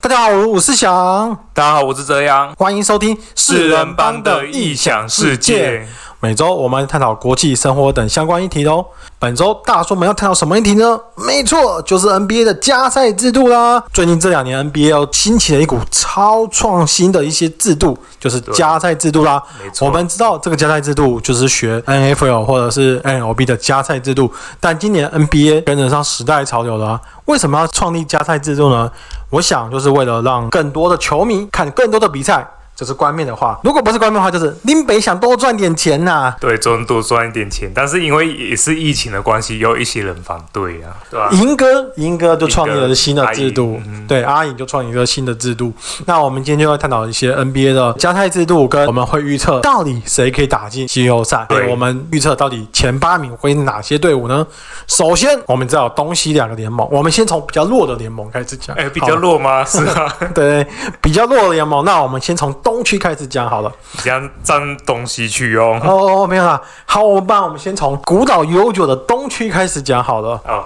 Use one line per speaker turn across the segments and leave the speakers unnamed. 大家好，我我是翔，
大家好，我是泽阳，
欢迎收听世人帮的异想世界。。每周我们探讨国际生活等相关议题喽。本周大叔们要探讨什么议题呢？没错，就是 NBA 的加赛制度啦。最近这两年 NBA 又兴起了一股超创新的一些制度，就是加赛制度啦。
没错，
我们知道这个加赛制度就是学 NFL 或者是 NLB 的加赛制度，但今年 NBA 跟得上时代潮流了啊、为什么要创立加赛制度呢？我想就是为了让更多的球迷看更多的比赛，这是冠面的话。如果不是冠面的话，就是林北想多赚点钱呐、
对，中多赚一点钱，但是因为也是疫情的关系，有一些人反对啊，对吧、
银哥，银哥就创立了新的制度
银哥阿，银
对，阿颖就创立了新的制度。那我们今天就要探讨一些 NBA 的加赛制度，跟我们会预测到底谁可以打进季后赛。
对
对，我们预测到底前八名会是哪些队伍呢？首先，我们知道东西两个联盟，我们先从比较弱的联盟开始讲。
哎、比较
好，
弱吗？是啊，
对，比较弱的联盟，那我们先从东区开始讲好了。
你这样占东西去哦。
哦哦，哦没有啦，好，我们把我们先从古老悠久的东区开始讲好了。
哦，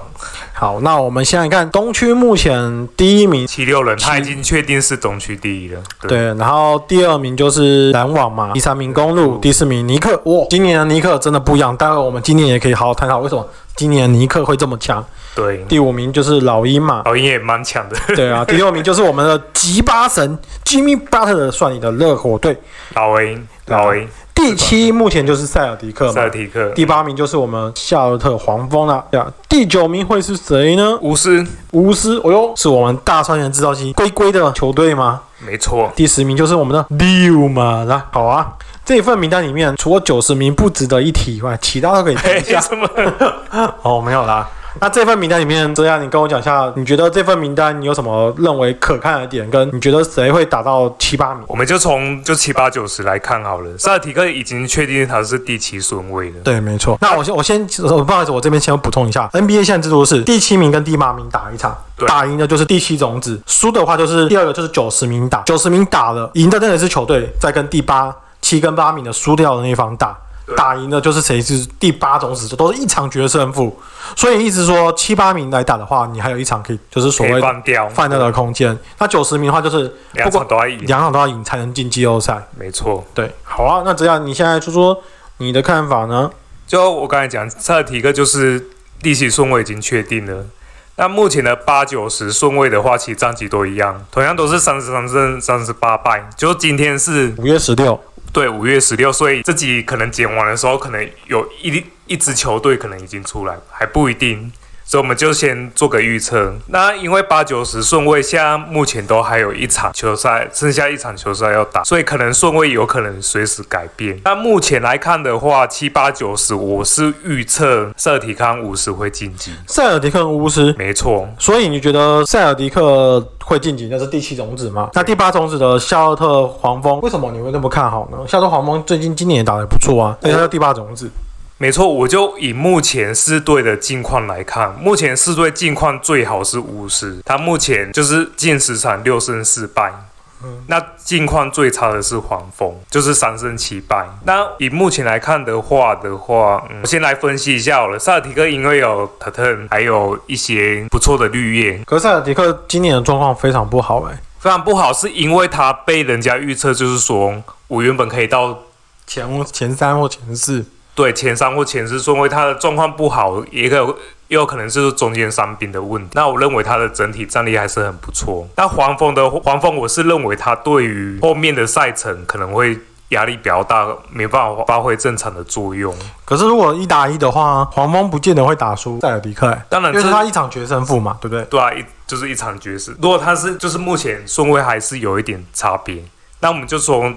好，那我们现在看东区目前第一名
七六人他
七
已经确定是东区第一了。对，
对，然后第二名就是篮网嘛，第三名公路，第四名尼克。哇，今年的尼克真的不一样，待会我们今年也可以好好探讨为什么今年尼克会这么强。
对，
第五名就是老鹰 嘛，
老鹰也蛮强的，
对啊，第六名就是我们的吉巴神 Jimmy Butler，算你的热火队。
老鹰，
啊
老鹰，
第七目前就是塞尔迪克
塞
嘛
尔，提克，
第八名就是我们夏洛特黄蜂啦、对啊。第九名会是谁呢？
巫师，
巫师，哦哟，是我们大川原制造机龟龟的球队吗？
没 错，
第十名就是我们的六嘛，来，好啊。这份名单里面，除了九十名不值得一提以外，其他都可以提
哎、
一下。
什么？
哦，没有啦。那这份名单里面，这样你跟我讲一下，你觉得这份名单你有什么认为可看的点，跟你觉得谁会打到七八名？
我们就从就七八九十来看好了。塞尔提克已经确定他是第七顺位了。
对，没错。那我先，我先，呃不好意思，我这边先要补充一下，NBA 现在制度是第七名跟第八名打一场，
对
打赢的就是第七种子，输的话就是第二个就是九十名打，九十名打了，赢的那个是球队，再跟第八、七跟八名的输掉的那一方打
对。
打赢的就是谁是第八种子，这都是一场决胜负，所以意思说七八名来打的话，你还有一场可以，就是所
可以
谓
放掉，
犯掉的空间。那九十名的话，就是
两场都要赢，
两场都要赢才能进季后赛。
没错。
对，好啊，那只要你现在说说你的看法呢？
就我刚才讲，塞尔提克就是第七顺位已经确定了。那目前的八九十顺位的话，其实战绩都一样，同样都是三十三胜、三十八败。就今天是
五月十六，
对五月十六，所以自己可能剪完的时候，可能有一一支球队可能已经出来，还不一定。所以我们就先做个预测。那因为八九十顺位，现在目前都还有一场球赛，剩下一场球赛要打，所以可能顺位有可能随时改变。那目前来看的话，七八九十，我是预测塞尔提康五十会晋级。
塞尔迪克跟巫师。
没错，
所以你觉得塞尔迪克会晋级？那是第七种子嘛？那第八种子的夏洛特黄蜂，为什么你会那么看好呢？夏洛特黄蜂最近今年也打得不错啊，而且他第八种子。
没错，我就以目前四队的近况来看，目前四队近况最好是巫师，他目前就是近十场六胜四败。那近况最差的是黄蜂，就是三胜七败。那以目前来看的话的话，嗯，我先来分析一下好了。萨尔提克因为有特特，还有一些不错的绿叶，
可是塞尔迪克今年的状况非常不好哎、
非常不好，是因为他被人家预测就是说，我原本可以到
前前三或前四。
对前三或前四顺位，他的状况不好，也有也有可能是中间伤病的问题。那我认为他的整体战力还是很不错。那黄蜂的黄蜂，我是认为他对于后面的赛程可能会压力比较大，没办法发挥正常的作用。
可是如果一打一的话，黄蜂不见得会打输塞尔迪克、欸，
当然
因为
这
是他一场决胜负嘛，对不对？
对啊，一就是一场决胜。如果他是就是目前顺位还是有一点差别，那我们就从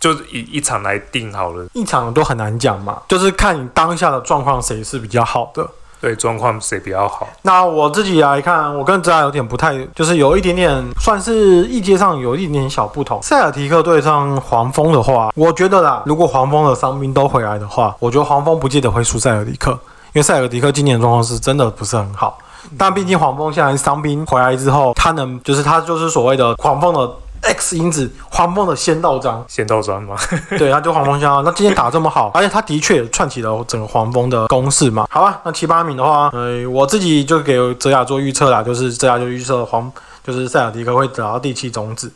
就以一场来定好了。
一场都很难讲嘛，就是看你当下的状况谁是比较好的。
对状况谁比较好？
那我自己来看，我跟泽雅有点不太，就是有一点点算是意见上有一点点小不同。塞尔提克对上黄蜂的话，我觉得啦，如果黄蜂的伤兵都回来的话，我觉得黄蜂不见得会输塞尔提克，因为塞尔提克今年的状况是真的不是很好。但毕竟黄蜂现在伤兵回来之后，他能就是他就是所谓的黄蜂的 X 因子，黄蜂的先到章，
先到专吗？
对，他就黄蜂香。那今天打这么好，而且他的确串起了整个黄蜂的攻势嘛。好吧，那七八名的话，呃，我自己就给泽雅做预测啦，就是泽雅就预测黄就是塞尔迪克会得到第七种子。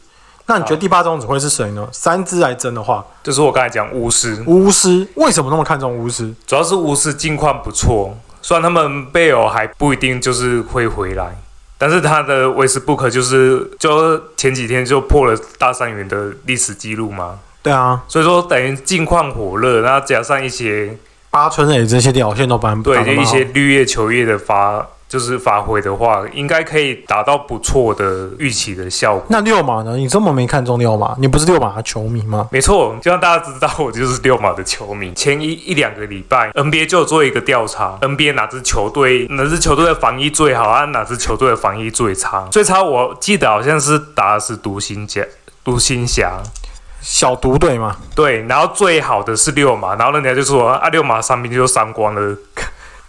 那你觉得第八种子会是谁呢？三支来争的话，
就是我刚才讲巫师，
巫师为什么那么看重巫师？
主要是巫师近况不错，虽然他们贝尔还不一定就是会回来，但是他的威斯布克就是就前几天就破了大三元的历史记录嘛，
对啊，
所以说等于近况火热，然后加上一些
八村垒这些表现都蛮
对
打得
就
蛮
一
好
些绿叶球叶的发就是发挥的话，应该可以达到不错的预期的效果。
那六马呢？你这么没看中六马？你不是六马的球迷吗？
没错，就像大家知道，我就是六马的球迷。前一一两个礼拜，NBA 就有做一个调查，NBA 哪支球队哪支球队的防疫最好啊？哪支球队的防疫最差？最差我记得好像是达斯独行侠，独行侠
小独队嘛，
对，然后最好的是六马，然后人家就说啊，六马伤兵就伤光了。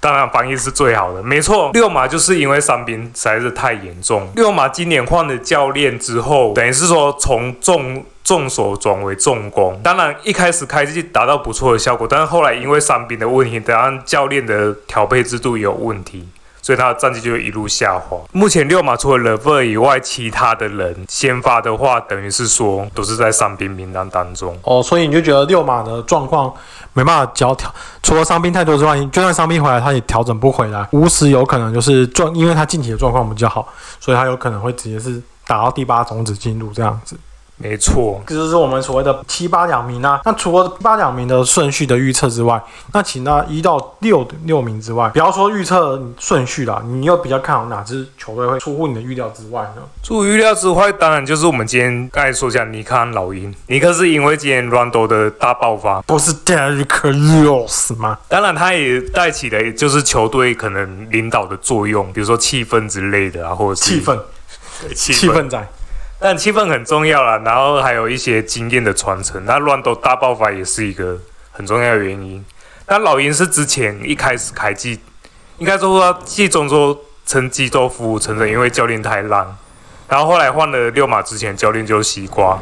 当然，防疫是最好的，没错。六马就是因为伤兵实在是太严重。六马今年换了教练之后，等于是说从重重手转为重攻。当然，一开始开季达到不错的效果，但是后来因为伤兵的问题，当然教练的调配制度有问题，所以他的战绩就一路下滑。目前六马除了 Lever 以外，其他的人先发的话，等于是说都是在伤兵名单当中。
哦，所以你就觉得六马的状况没办法调调，除了伤病太多之外，就算伤病回来，他也调整不回来。巫师有可能就是状，因为他近期的状况比较好，所以他有可能会直接是打到第八种子进入这样子。
没错，
这就是我们所谓的七八两名啊。那除了八两名的顺序的预测之外，那其他一到六六名之外，不要说预测顺序啦，你又比较看好哪支球队会出乎你的预料之外呢？
出乎预料之外，当然就是我们今天刚才说讲尼康老鹰，尼克是因为今天 Rondo 的大爆发，
不是 Derrick Rose 吗？
当然他也带起了就是球队可能领导的作用，比如说气氛之类的啊，或者是
气氛，
对
气
气氛，
氛在。
但气氛很重要啦。然后还有一些经验的传承，那 Rondo 大爆发也是一个很重要的原因。那老鹰是之前一开始开季，应该说他季中说成绩都浮浮沉沉，因为教练太烂。然后后来换了六马之前，教练就是西瓜，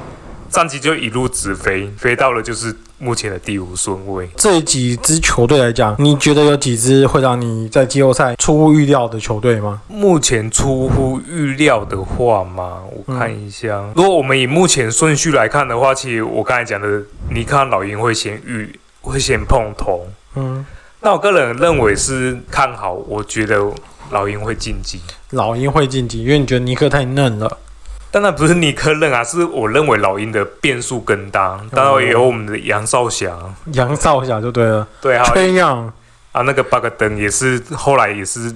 战绩就一路直飞，飞到了就是目前的第五顺位。
这几支球队来讲，你觉得有几支会让你在季后赛出乎预料的球队吗？
目前出乎预料的话嘛，我看一下，如果我们以目前顺序来看的话，其实我刚才讲的，你看老鹰会先遇，会先碰头。
嗯，
那我个人认为是看好，我觉得老鹰会晋级。
老鹰会晋级，因为你觉得尼克太嫩了。
当然不是尼克任啊，是我认为老鹰的变数更大，当然也有我们的杨少侠，
杨少侠就对了，
对，还有
崔杨、
啊那个巴格登也是后来也是，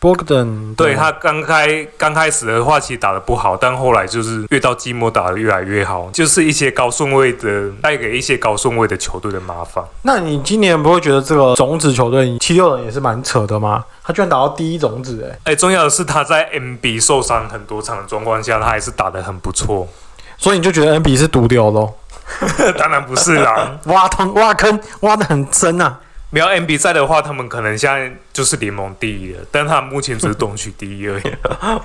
b o g d a n
对啊他刚开刚开始的话其实打得不好，但后来就是越到季末打得越来越好，就是一些高顺位的带给一些高顺位的球队的麻烦。
那你今年不会觉得这个种子球队七六人也是蛮扯的吗？他居然打到第一种子、哎，
哎，重要的是他在 MB 受伤很多场的状况下，他还是打得很不错。
所以你就觉得 NB 是毒瘤喽？
当然不是啦。
挖坑挖坑挖的很深啊！
没有 NB 在的话，他们可能现在就是联盟第一了，但他们目前只是东区第一而已。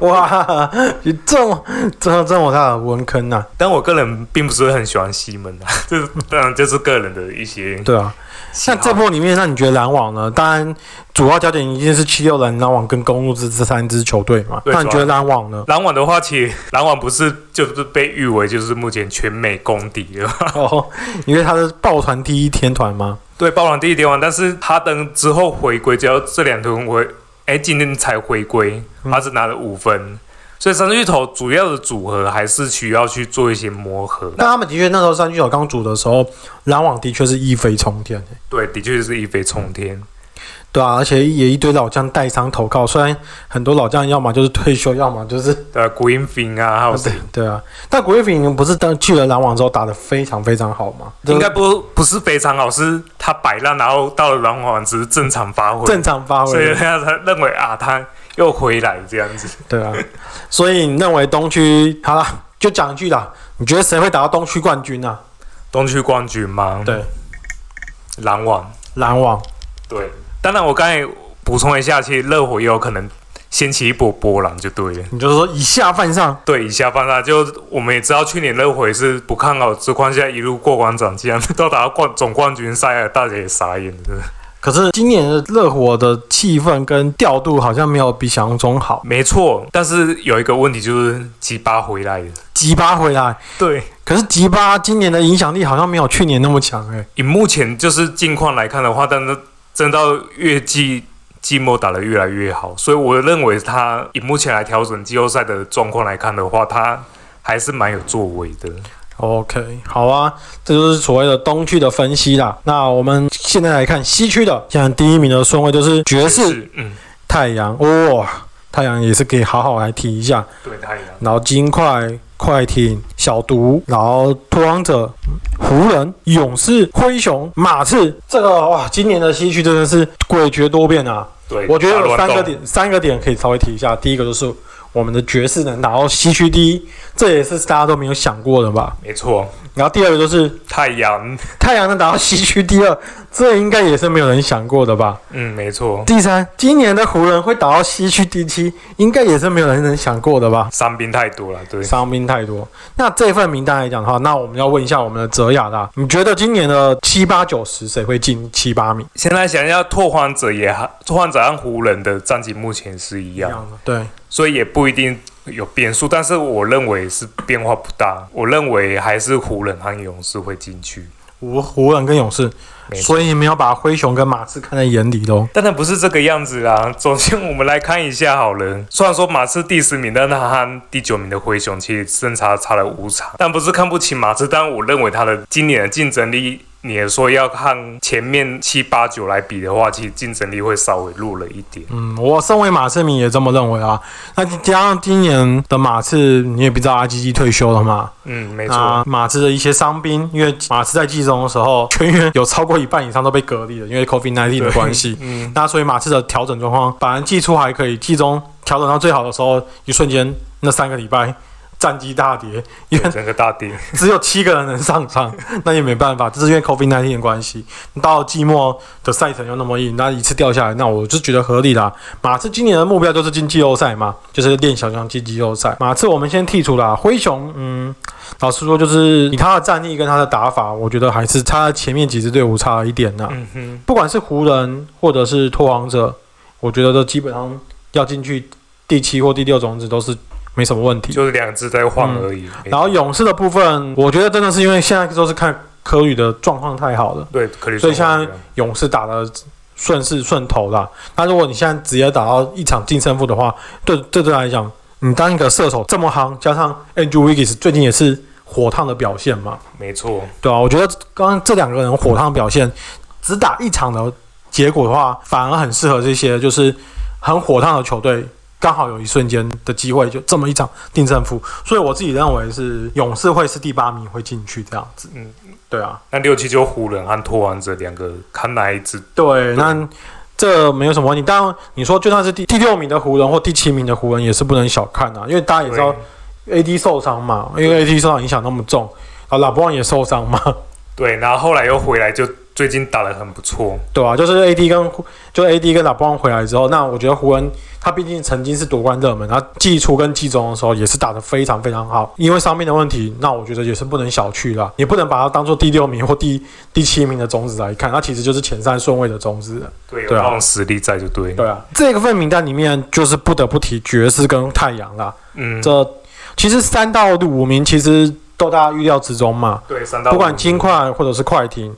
哇，你这么这么这么大的文坑啊！
但我个人并不是很喜欢西门啊，这当然这是个人的一些
对啊，
喜
那
好。
这波里面，那你觉得篮网呢？当然，主要焦点一定是七六人、篮网跟公路这这三支球队嘛。
对？
那你觉得篮网呢
篮网的话，其实篮网不是就是被誉为就是目前全美公敌了，
哦，因为他是抱团第一天团吗？
对，包揽第一天王，但是哈登之后回归，只要这两轮回，哎，今天才回归，他只拿了五分，所以三巨头主要的组合还是需要去做一些磨合。
但他们的确那时候三巨头刚组的时候，篮网的确是一飞冲天、欸
对，的确是一飞冲天。
对啊，而且也一堆老将带伤投靠，虽然很多老将要么就是退休，要么就是
对啊，Greenfin 啊，还有谁
对？对啊。但国瑞平不是当去了篮网之后打得非常非常好吗？
应该不不是非常好，是他摆烂，然后到了篮网只是正常发挥，
正常发挥
所以
的，
人家才认为啊，他又回来这样子。
对啊。所以你认为东区好了，就讲一句啦，你觉得谁会打到东区冠军啊？
东区冠军吗？
对，
篮网。
篮网，
对，当然我刚才补充一下，其实热火也有可能掀起一波波澜，就对了。
你就是说以下犯上，
对，以下放大，就我们也知道，去年热火也是不看好之况下一路过关斩将，到达冠总冠军赛，大家也傻眼了。真的
可是今年的热火的气氛跟调度好像没有比想象中好，
没错，但是有一个问题就是吉巴回来了。
吉巴回来，
对，
可是吉巴今年的影响力好像没有去年那么强哎、
以目前就是近况来看的话，但是真到越季季末打得越来越好，所以我认为他以目前来调整季后赛的状况来看的话，他还是蛮有作为的。
OK，好啊，这就是所谓的东区的分析啦。那我们现在来看西区的，现在第一名的顺位就是爵士、，
嗯，
太阳，哇、太阳也是可以好好来提一下。
对，太阳，
然后金块、快艇、小毒，然后拓荒者、湖人、勇士、灰熊、马刺，这个哇，今年的西区真的是诡谲多变啊！
对，
我觉得有
打
三
哎乱
个
斗
点，三个点可以稍微提一下。第一个就是我们的爵士能拿到西区第一，这也是大家都没有想过的吧？
没错，
然后第二个就是
太阳，
太阳能打到西区第二，这应该也是没有人想过的吧？
嗯，没错，
第三，今年的湖人会打到西区第七，应该也是没有人能想过的吧？
伤兵太多了，对，
伤兵太多。那这份名单来讲的话，那我们要问一下我们的泽亚大，你觉得今年的七八九十谁会进七八名？
现在想要拓荒者也和拓荒者和湖人的战绩目前是一
一
样，
的，对，
所以也不一定有变数，但是我认为是变化不大。我认为还是湖人和勇士会进去，
湖湖人跟勇士，
没错
所以你们要把灰熊跟马刺看在眼里喽。
当然不是这个样子啦。首先我们来看一下好了，虽然说马刺第十名，但他和第九名的灰熊其实胜差差了五场，但不是看不起马刺，但我认为他的今年的竞争力。你也说要看前面七八九来比的话，其实竞争力会稍微弱了一点。
嗯，我身为马刺迷也这么认为啊。那加上今年的马刺，你也不知道阿基基退休了嘛？
嗯，
没
没错。
马刺的一些伤兵，因为马刺在季中的时候，全员有超过一半以上都被隔离了，因为 COVID-19 的关系。
嗯，
那所以马刺的调整状况，本来季初还可以，季中调整到最好的时候，一瞬间那三个礼拜战绩大跌，因为
对整个大跌。
只有七个人能上场， 那也没办法，这是因为 COVID 1 9的关系。到季末的赛程又那么硬，那一次掉下来，那我就觉得合理啦。马刺今年的目标就是进季后赛嘛，就是练小将进季后赛。马刺我们先剔除啦，灰熊，嗯，老实说就是以他的战力跟他的打法，我觉得还是差前面几支队伍差了一点呢、
嗯哼，
不管是湖人或者是拓荒者，我觉得都基本上要进去第七或第六种子都是没什么问题。
就是两只在晃而已。没
嗯然后勇士的部分，我觉得真的是因为现在都是看科宇的状况太好了，
对，克里斯
所以现在
托弗
勇士打的顺势顺头啦。那如果你现在直接打到一场净胜负的话，对对对来讲，你当一个射手这么夯，加上 Andrew Wiggins 最近也是火烫的表现嘛，
没错，
对啊，我觉得刚刚这两个人火烫表现，只打一场的结果的话，反而很适合这些就是很火烫的球队，刚好有一瞬间的机会，就这么一场定胜负。所以我自己认为是勇士会是第八名会进去这样子。
嗯，
对啊，
那六七就湖人和拓王者两个，看哪一支？
对，那这没有什么问题。当然，你说就算是第第六名的湖人或第七名的湖人，也是不能小看啊，因为大家也知道 AD 受伤嘛，因为 AD 受伤影响那么重，啊，老布朗也受伤嘛。
对，然后后来又回来，就最近打得很不错。
对啊，就是 AD 跟就 AD 跟拉布朗回来之后，那我觉得湖人他毕竟曾经是夺冠热门，然后季初跟季中的时候也是打得非常非常好。因为伤病的问题，那我觉得也是不能小觑啦，也不能把它当做第六名或第第七名的种子来看，它其实就是前三顺位的种子。
对，有
对啊
那种实力在就对。
对啊，这个份名单里面就是不得不提爵士跟太阳啦。
嗯，
这其实三到五名其实都大家预料之中嘛，
对，三到五
不管金块或者是快艇，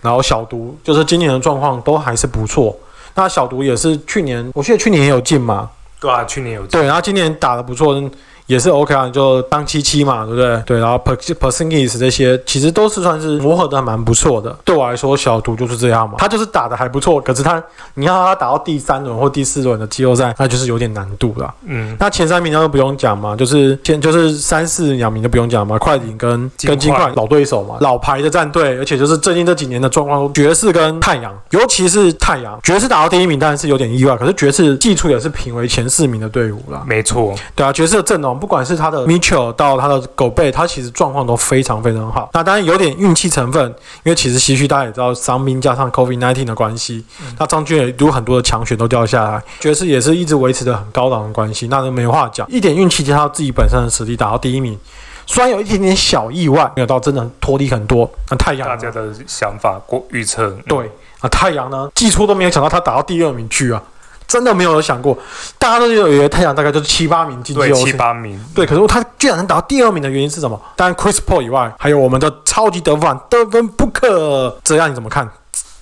然后小毒，就是今年的状况都还是不错。那小毒也是去年，我记得去年也有进嘛，
对啊，去年有
对，然后今年打的不错，也是 OK 啊，就当七七嘛，对不对？对，然后 Per p e r s i n g i s 这些其实都是算是磨合的蛮不错的。对我来说，小毒就是这样嘛，他就是打的还不错，可是他你要他打到第三轮或第四轮的季后赛，那就是有点难度了。
嗯，
那前三名都不用讲嘛，就是前就是三四两名都不用讲嘛，快艇跟
金
跟金
块
块老对手嘛，老牌的战队，而且就是最近这几年的状况，爵士跟太阳，尤其是太阳，爵士打到第一名当然是有点意外，可是爵士季初也是评为前四名的队伍啦。
没错，
对啊，爵士的阵容不管是他的 Mitchell 到他的狗贝，他其实状况都非常非常好。那当然有点运气成分，因为其实西区大家也知道伤兵加上 COVID-19 的关系，
嗯
那张军也有很多的强选都掉下来，爵士也是一直维持的很高档的关系，那都没话讲。一点运气加上自己本身的实力打到第一名，虽然有一点点小意外，没有到真的脱离很多。那太阳
大
呢
家的想法过预测。嗯
对，啊，太阳呢，季初都没有想到他打到第二名去啊，真的没有想过，大家都以为太阳大概就是七八名进季
对
后
七
赛。
八名，
对，可是他居然能打到第二名的原因是什么？当然，Chris Paul 以外，还有我们的超级得分王得分不可，这样你怎么看？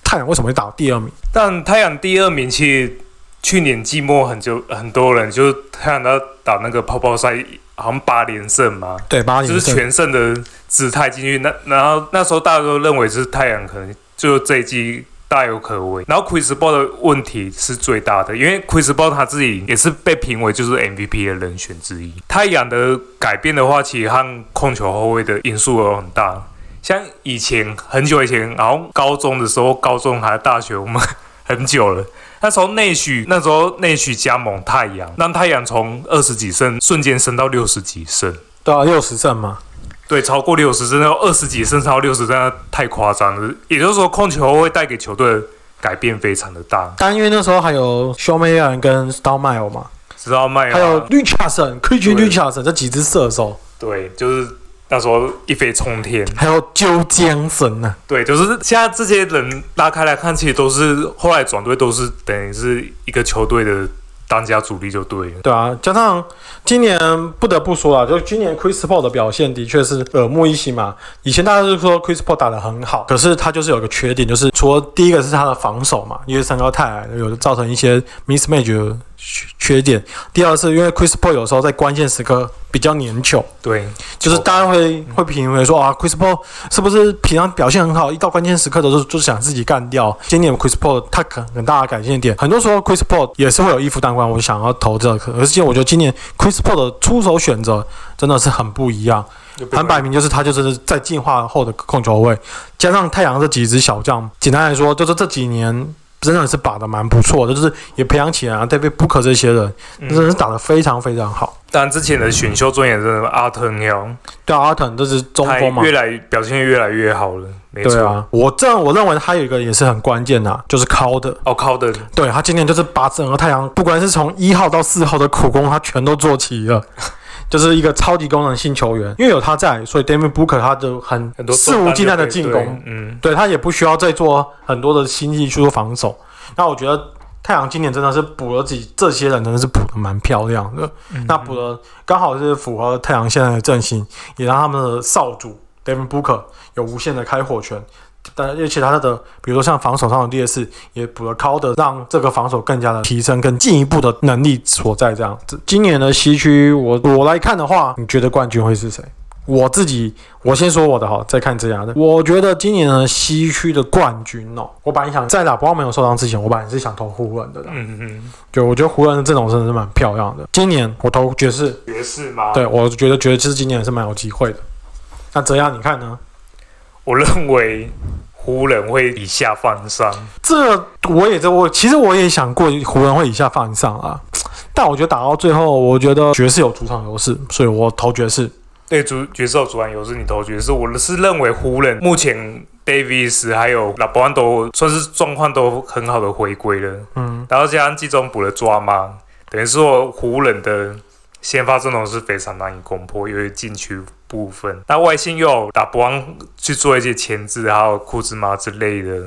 太阳为什么会打到第二名？
但太阳第二名其实去年季末很就很多人就是太阳他打那个泡泡赛，好像八连胜嘛，
对，八
就
连
是
胜。
全胜的姿态进去。那然后那时候大家都认为是太阳可能就这一季大有可为。然后 Chris Paul 的问题是最大的，因为 Chris Paul 他自己也是被评为就是 MVP 的人选之一。太阳的改变的话，其实和控球后卫的因素有很大。像以前很久以前，然后高中的时候，高中还是大学，我们很久了。那时候内许那时候内许加盟太阳，让太阳从二十几胜瞬间升到六十几胜。
对啊，六十胜嘛。
对，超过六十，真的二十几甚至超六十，真的太夸张了。也就是说，控球会带给球队的改变非常的大，
但因为那时候还有 s h o m a y e r 跟 s t o m i l e 嘛，
知道麦吗？
还有 Richardson、c h r i s t i a n
啊对
Richardson 这几支射手，
对，就是那时候一飞冲天。
还有 Joe Johnson 啊呢、
对，就是现在这些人拉开来看，其实都是后来转队，都是等于是一个球队的当家主力就对了。
对啊，加上今年不得不说啊，就今年 Chris Paul 的表现的确是耳目一新嘛。以前大家都说 Chris Paul 打得很好，可是他就是有个缺点，就是除了第一个是他的防守嘛，因为身高太矮，有造成一些 mismatch 的缺缺点。第二是因为 Chris Paul 有时候在关键时刻比较粘球，
对，
就是大家会会评为说啊，Chris Paul 是不是平常表现很好，一到关键时刻都是就是想自己干掉。今年 Chris Paul 他可能大家改进一点，很多时候 Chris Paul 也是会有一夫当关，我想要投这个，可是我觉得今年 Chris Paul 的出手选择真的是很不一样，很摆明就是他就是在进化后的控球位，加上太阳这几只小将，简单来说就是这几年。真的是打的蛮不错的，就是也培养起来啊，David Booker 这些人，
嗯
真的是打的非常非常好。
但之前的选秀中也真的阿腾要，
对啊，阿腾这是中
他
锋嘛，
越来表现越来越好了，没
对
错。
啊，我这我认为他有一个也是很关键的、就是靠的。
哦，靠的，
对他今年就是把整个太阳，不管是从一号到四号的苦工，他全都做齐了， 就是一个超级功能性球员。因为有他在，所以 d a m i d Booker 他就很
很多
肆无忌惮的进
对
攻，，
嗯，
对他也不需要再做很多的心力去做防守。那我觉得太阳今年真的是补了几这些人，真的是补的蛮漂亮的。那补了刚好是符合太阳现在的阵型，也让他们的少主 Devin Booker 有无限的开火权。但而且他的，比如说像防守上的劣势，也补了高的，让这个防守更加的提升，更进一步的能力所在。这样子，今年的西区，我我来看的话，你觉得冠军会是谁？我自己，我先说我的哈，再看这样的。我觉得今年的西区的冠军哦，我本来想在打波没有受伤之前，我本来是想投湖人的啦。
嗯嗯，
就我觉得湖人的阵容真的是蛮漂亮的。今年我投爵士，
爵士吗？
对，我觉得爵士今年是蛮有机会的。那怎样你看呢？
我认为湖人会以下犯上，
这我也在我其实我也想过湖人会以下犯上啊，但我觉得打到最后，我觉得爵士有主场优势，所以我投爵士。
对主角色主完有是你投爵士，我是认为湖人目前 Davis 还有拉伯安都算是状况都很好的回归了，
嗯，
然后加上季中补了抓嘛，等于说湖人的先发阵容是非常难以攻破，由于禁区部分，那外线又有打伯安去做一些牵制，还有库兹马之类的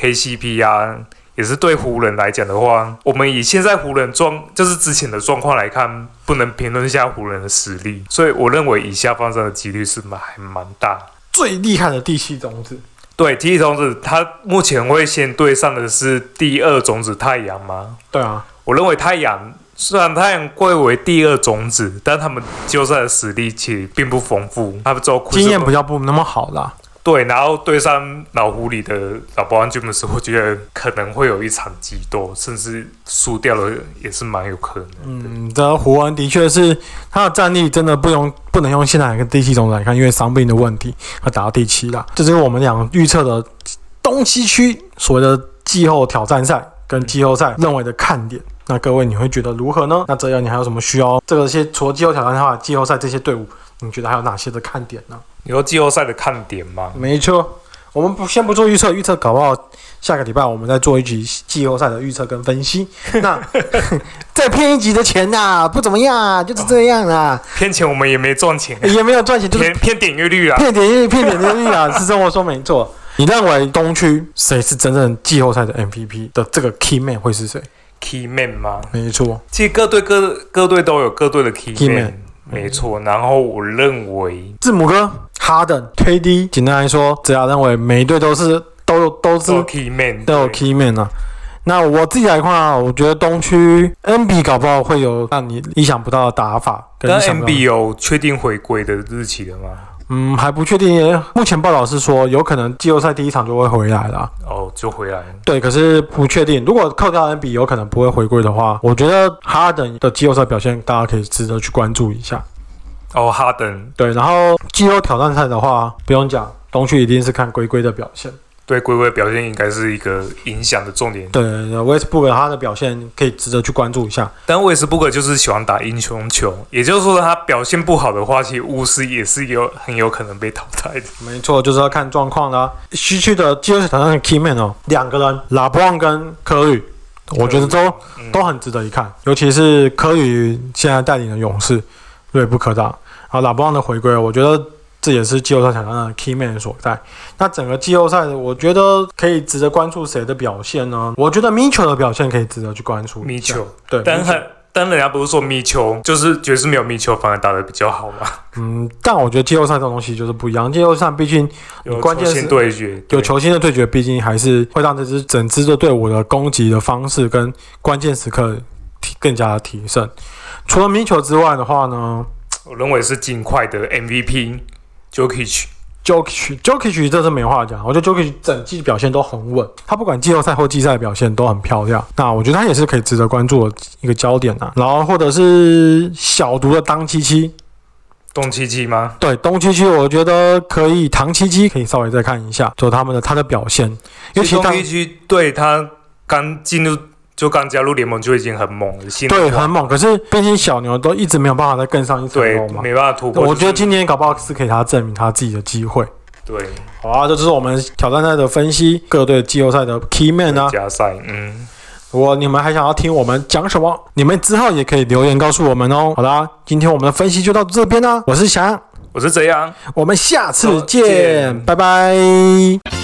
KCP 啊。也是对湖人来讲的话，我们以现在湖人状就是之前的状况来看，不能评论一下湖人的实力，所以我认为以下方上的几率是蛮还蛮大。
最厉害的第七种子，
对，提起种子，他目前会先对上的是第二种子太阳吗？
对啊，
我认为太阳虽然太阳贵为第二种子，但他们季后赛的实力其实并不丰富，他们只有库兹
经验比较不那么好啦。
对，然后对上老狐狸的老保安詹姆斯，我觉得可能会有一场激斗，甚至输掉了也是蛮有可能的。
嗯，这湖人的确是他的战力真的不用不能用现在跟第七种来看，因为伤病的问题，他打到第七了。这就是我们俩预测的东西区所谓的季后挑战赛跟季后赛认为的看点。那各位你会觉得如何呢？那这样你还有什么需要？这个些除了季后挑战赛、季后赛这些队伍，你觉得还有哪些的看点呢？
你说季后赛的看点吗？
没错，我们不先不做预测，预测搞不好下个礼拜我们再做一集季后赛的预测跟分 析。那再骗一集的钱呐、不怎么样啊，就是这样 啦、
骗钱 我们也没赚钱，
也没有赚钱，就是
骗骗点阅率啊。
骗点阅骗点阅率啊，是这么说没错。你认为东区谁是真正季后赛的 MVP 的这个 key man 会是谁？
key man 吗？
没错，
其实各队各各队都有各队的 key
Key
man，,
man
没错。然后我认为
字母哥、哈登、推低。简单来说，只要认为每一队都是都有都是
都有 key man
都有 key man 啊。那我自己来看啊，我觉得东区 NB 搞不好会有让你意想不到的打法，跟
但
意想不
MB
到的
有确定回归的日期了吗？
嗯还不确定。目前报道是说有可能季后赛第一场就会回来了，
哦，就回来了。
对，可是不确定。如果扣掉 NB 有可能不会回归的话，我觉得哈登的季后赛表现大家可以值得去关注一下。
哦，哈登
对，然后季后挑战赛的话，不用讲，东区一定是看龟龟的表现。
对龟龟表现应该是一个影响的重点，
对对对，Westbrook 他的表现可以值得去关注一下。
但威斯布克就是喜欢打英雄球，也就是说他表现不好的话，其实巫师也是有很有可能被淘汰的。
没错，就是要看状况啦。西区的季后赛挑战的 Keyman 哦，两个人，拉布朗跟科里，我觉得都
嗯
都很值得一看，尤其是科里现在带领的勇士，锐不可挡。啊，拉布朗的回归，我觉得这也是季后赛挑战的 key man 所在。那整个季后赛，我觉得可以值得关注谁的表现呢？我觉得 Mitchell 的表现可以值得去关注一
米
下。
球，
对，
但
Mitchell
很但人家不是说米球就是爵士没有米球反而打得比较好嘛？
嗯，但我觉得季后赛这种东西就是不一样。季后赛毕竟
有
关键
球
是
星对决，
有
对
球星的对决，毕竟还是会让这支整支的队伍的攻击的方式跟关键时刻提更加的提升。除了米球之外的话呢
我认为是尽快的 MVP Jokic。
，Jokic Jokic 这是没话讲，我觉得 Jokic 整季表现都很稳，他不管季后赛或季赛的表现都很漂亮。那我觉得他也是可以值得关注的一个焦点啊。然后或者是小毒的当七七，
东契奇吗？
对东七七，我觉得可以，唐七七可以稍微再看一下，就他们的他的表现，尤
其
其
实东
当
契奇对他刚进入就刚加入联盟就已经很猛了，新的
对
话
很猛，可是毕竟小牛都一直没有办法再更上一层
对
楼嘛。
没办法突破。
我觉得
就是
今年搞不好是给他证明他自己的机会。
对
好啊，这就是我们挑战赛的分析，各队季后赛的 key man 啊。
加赛，嗯，
如果你们还想要听我们讲什么，你们之后也可以留言告诉我们哦。好啦，今天我们的分析就到这边啦、我是翔，
我是这样。
我们下次
再见
见，拜拜。